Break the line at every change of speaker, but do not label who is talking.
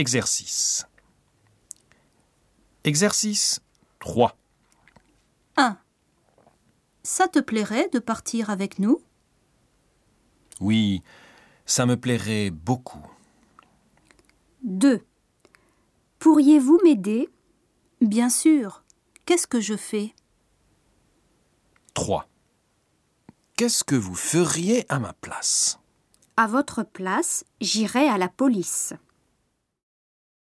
Exercice. Exercice 3.
1. Ça te plairait de partir avec nous
Oui, ça me plairait beaucoup.
2. Pourriez-vous m'aider Bien sûr. Qu'est-ce que je fais
3. Qu'est-ce que vous feriez à ma place
À votre place, j'irai à la police.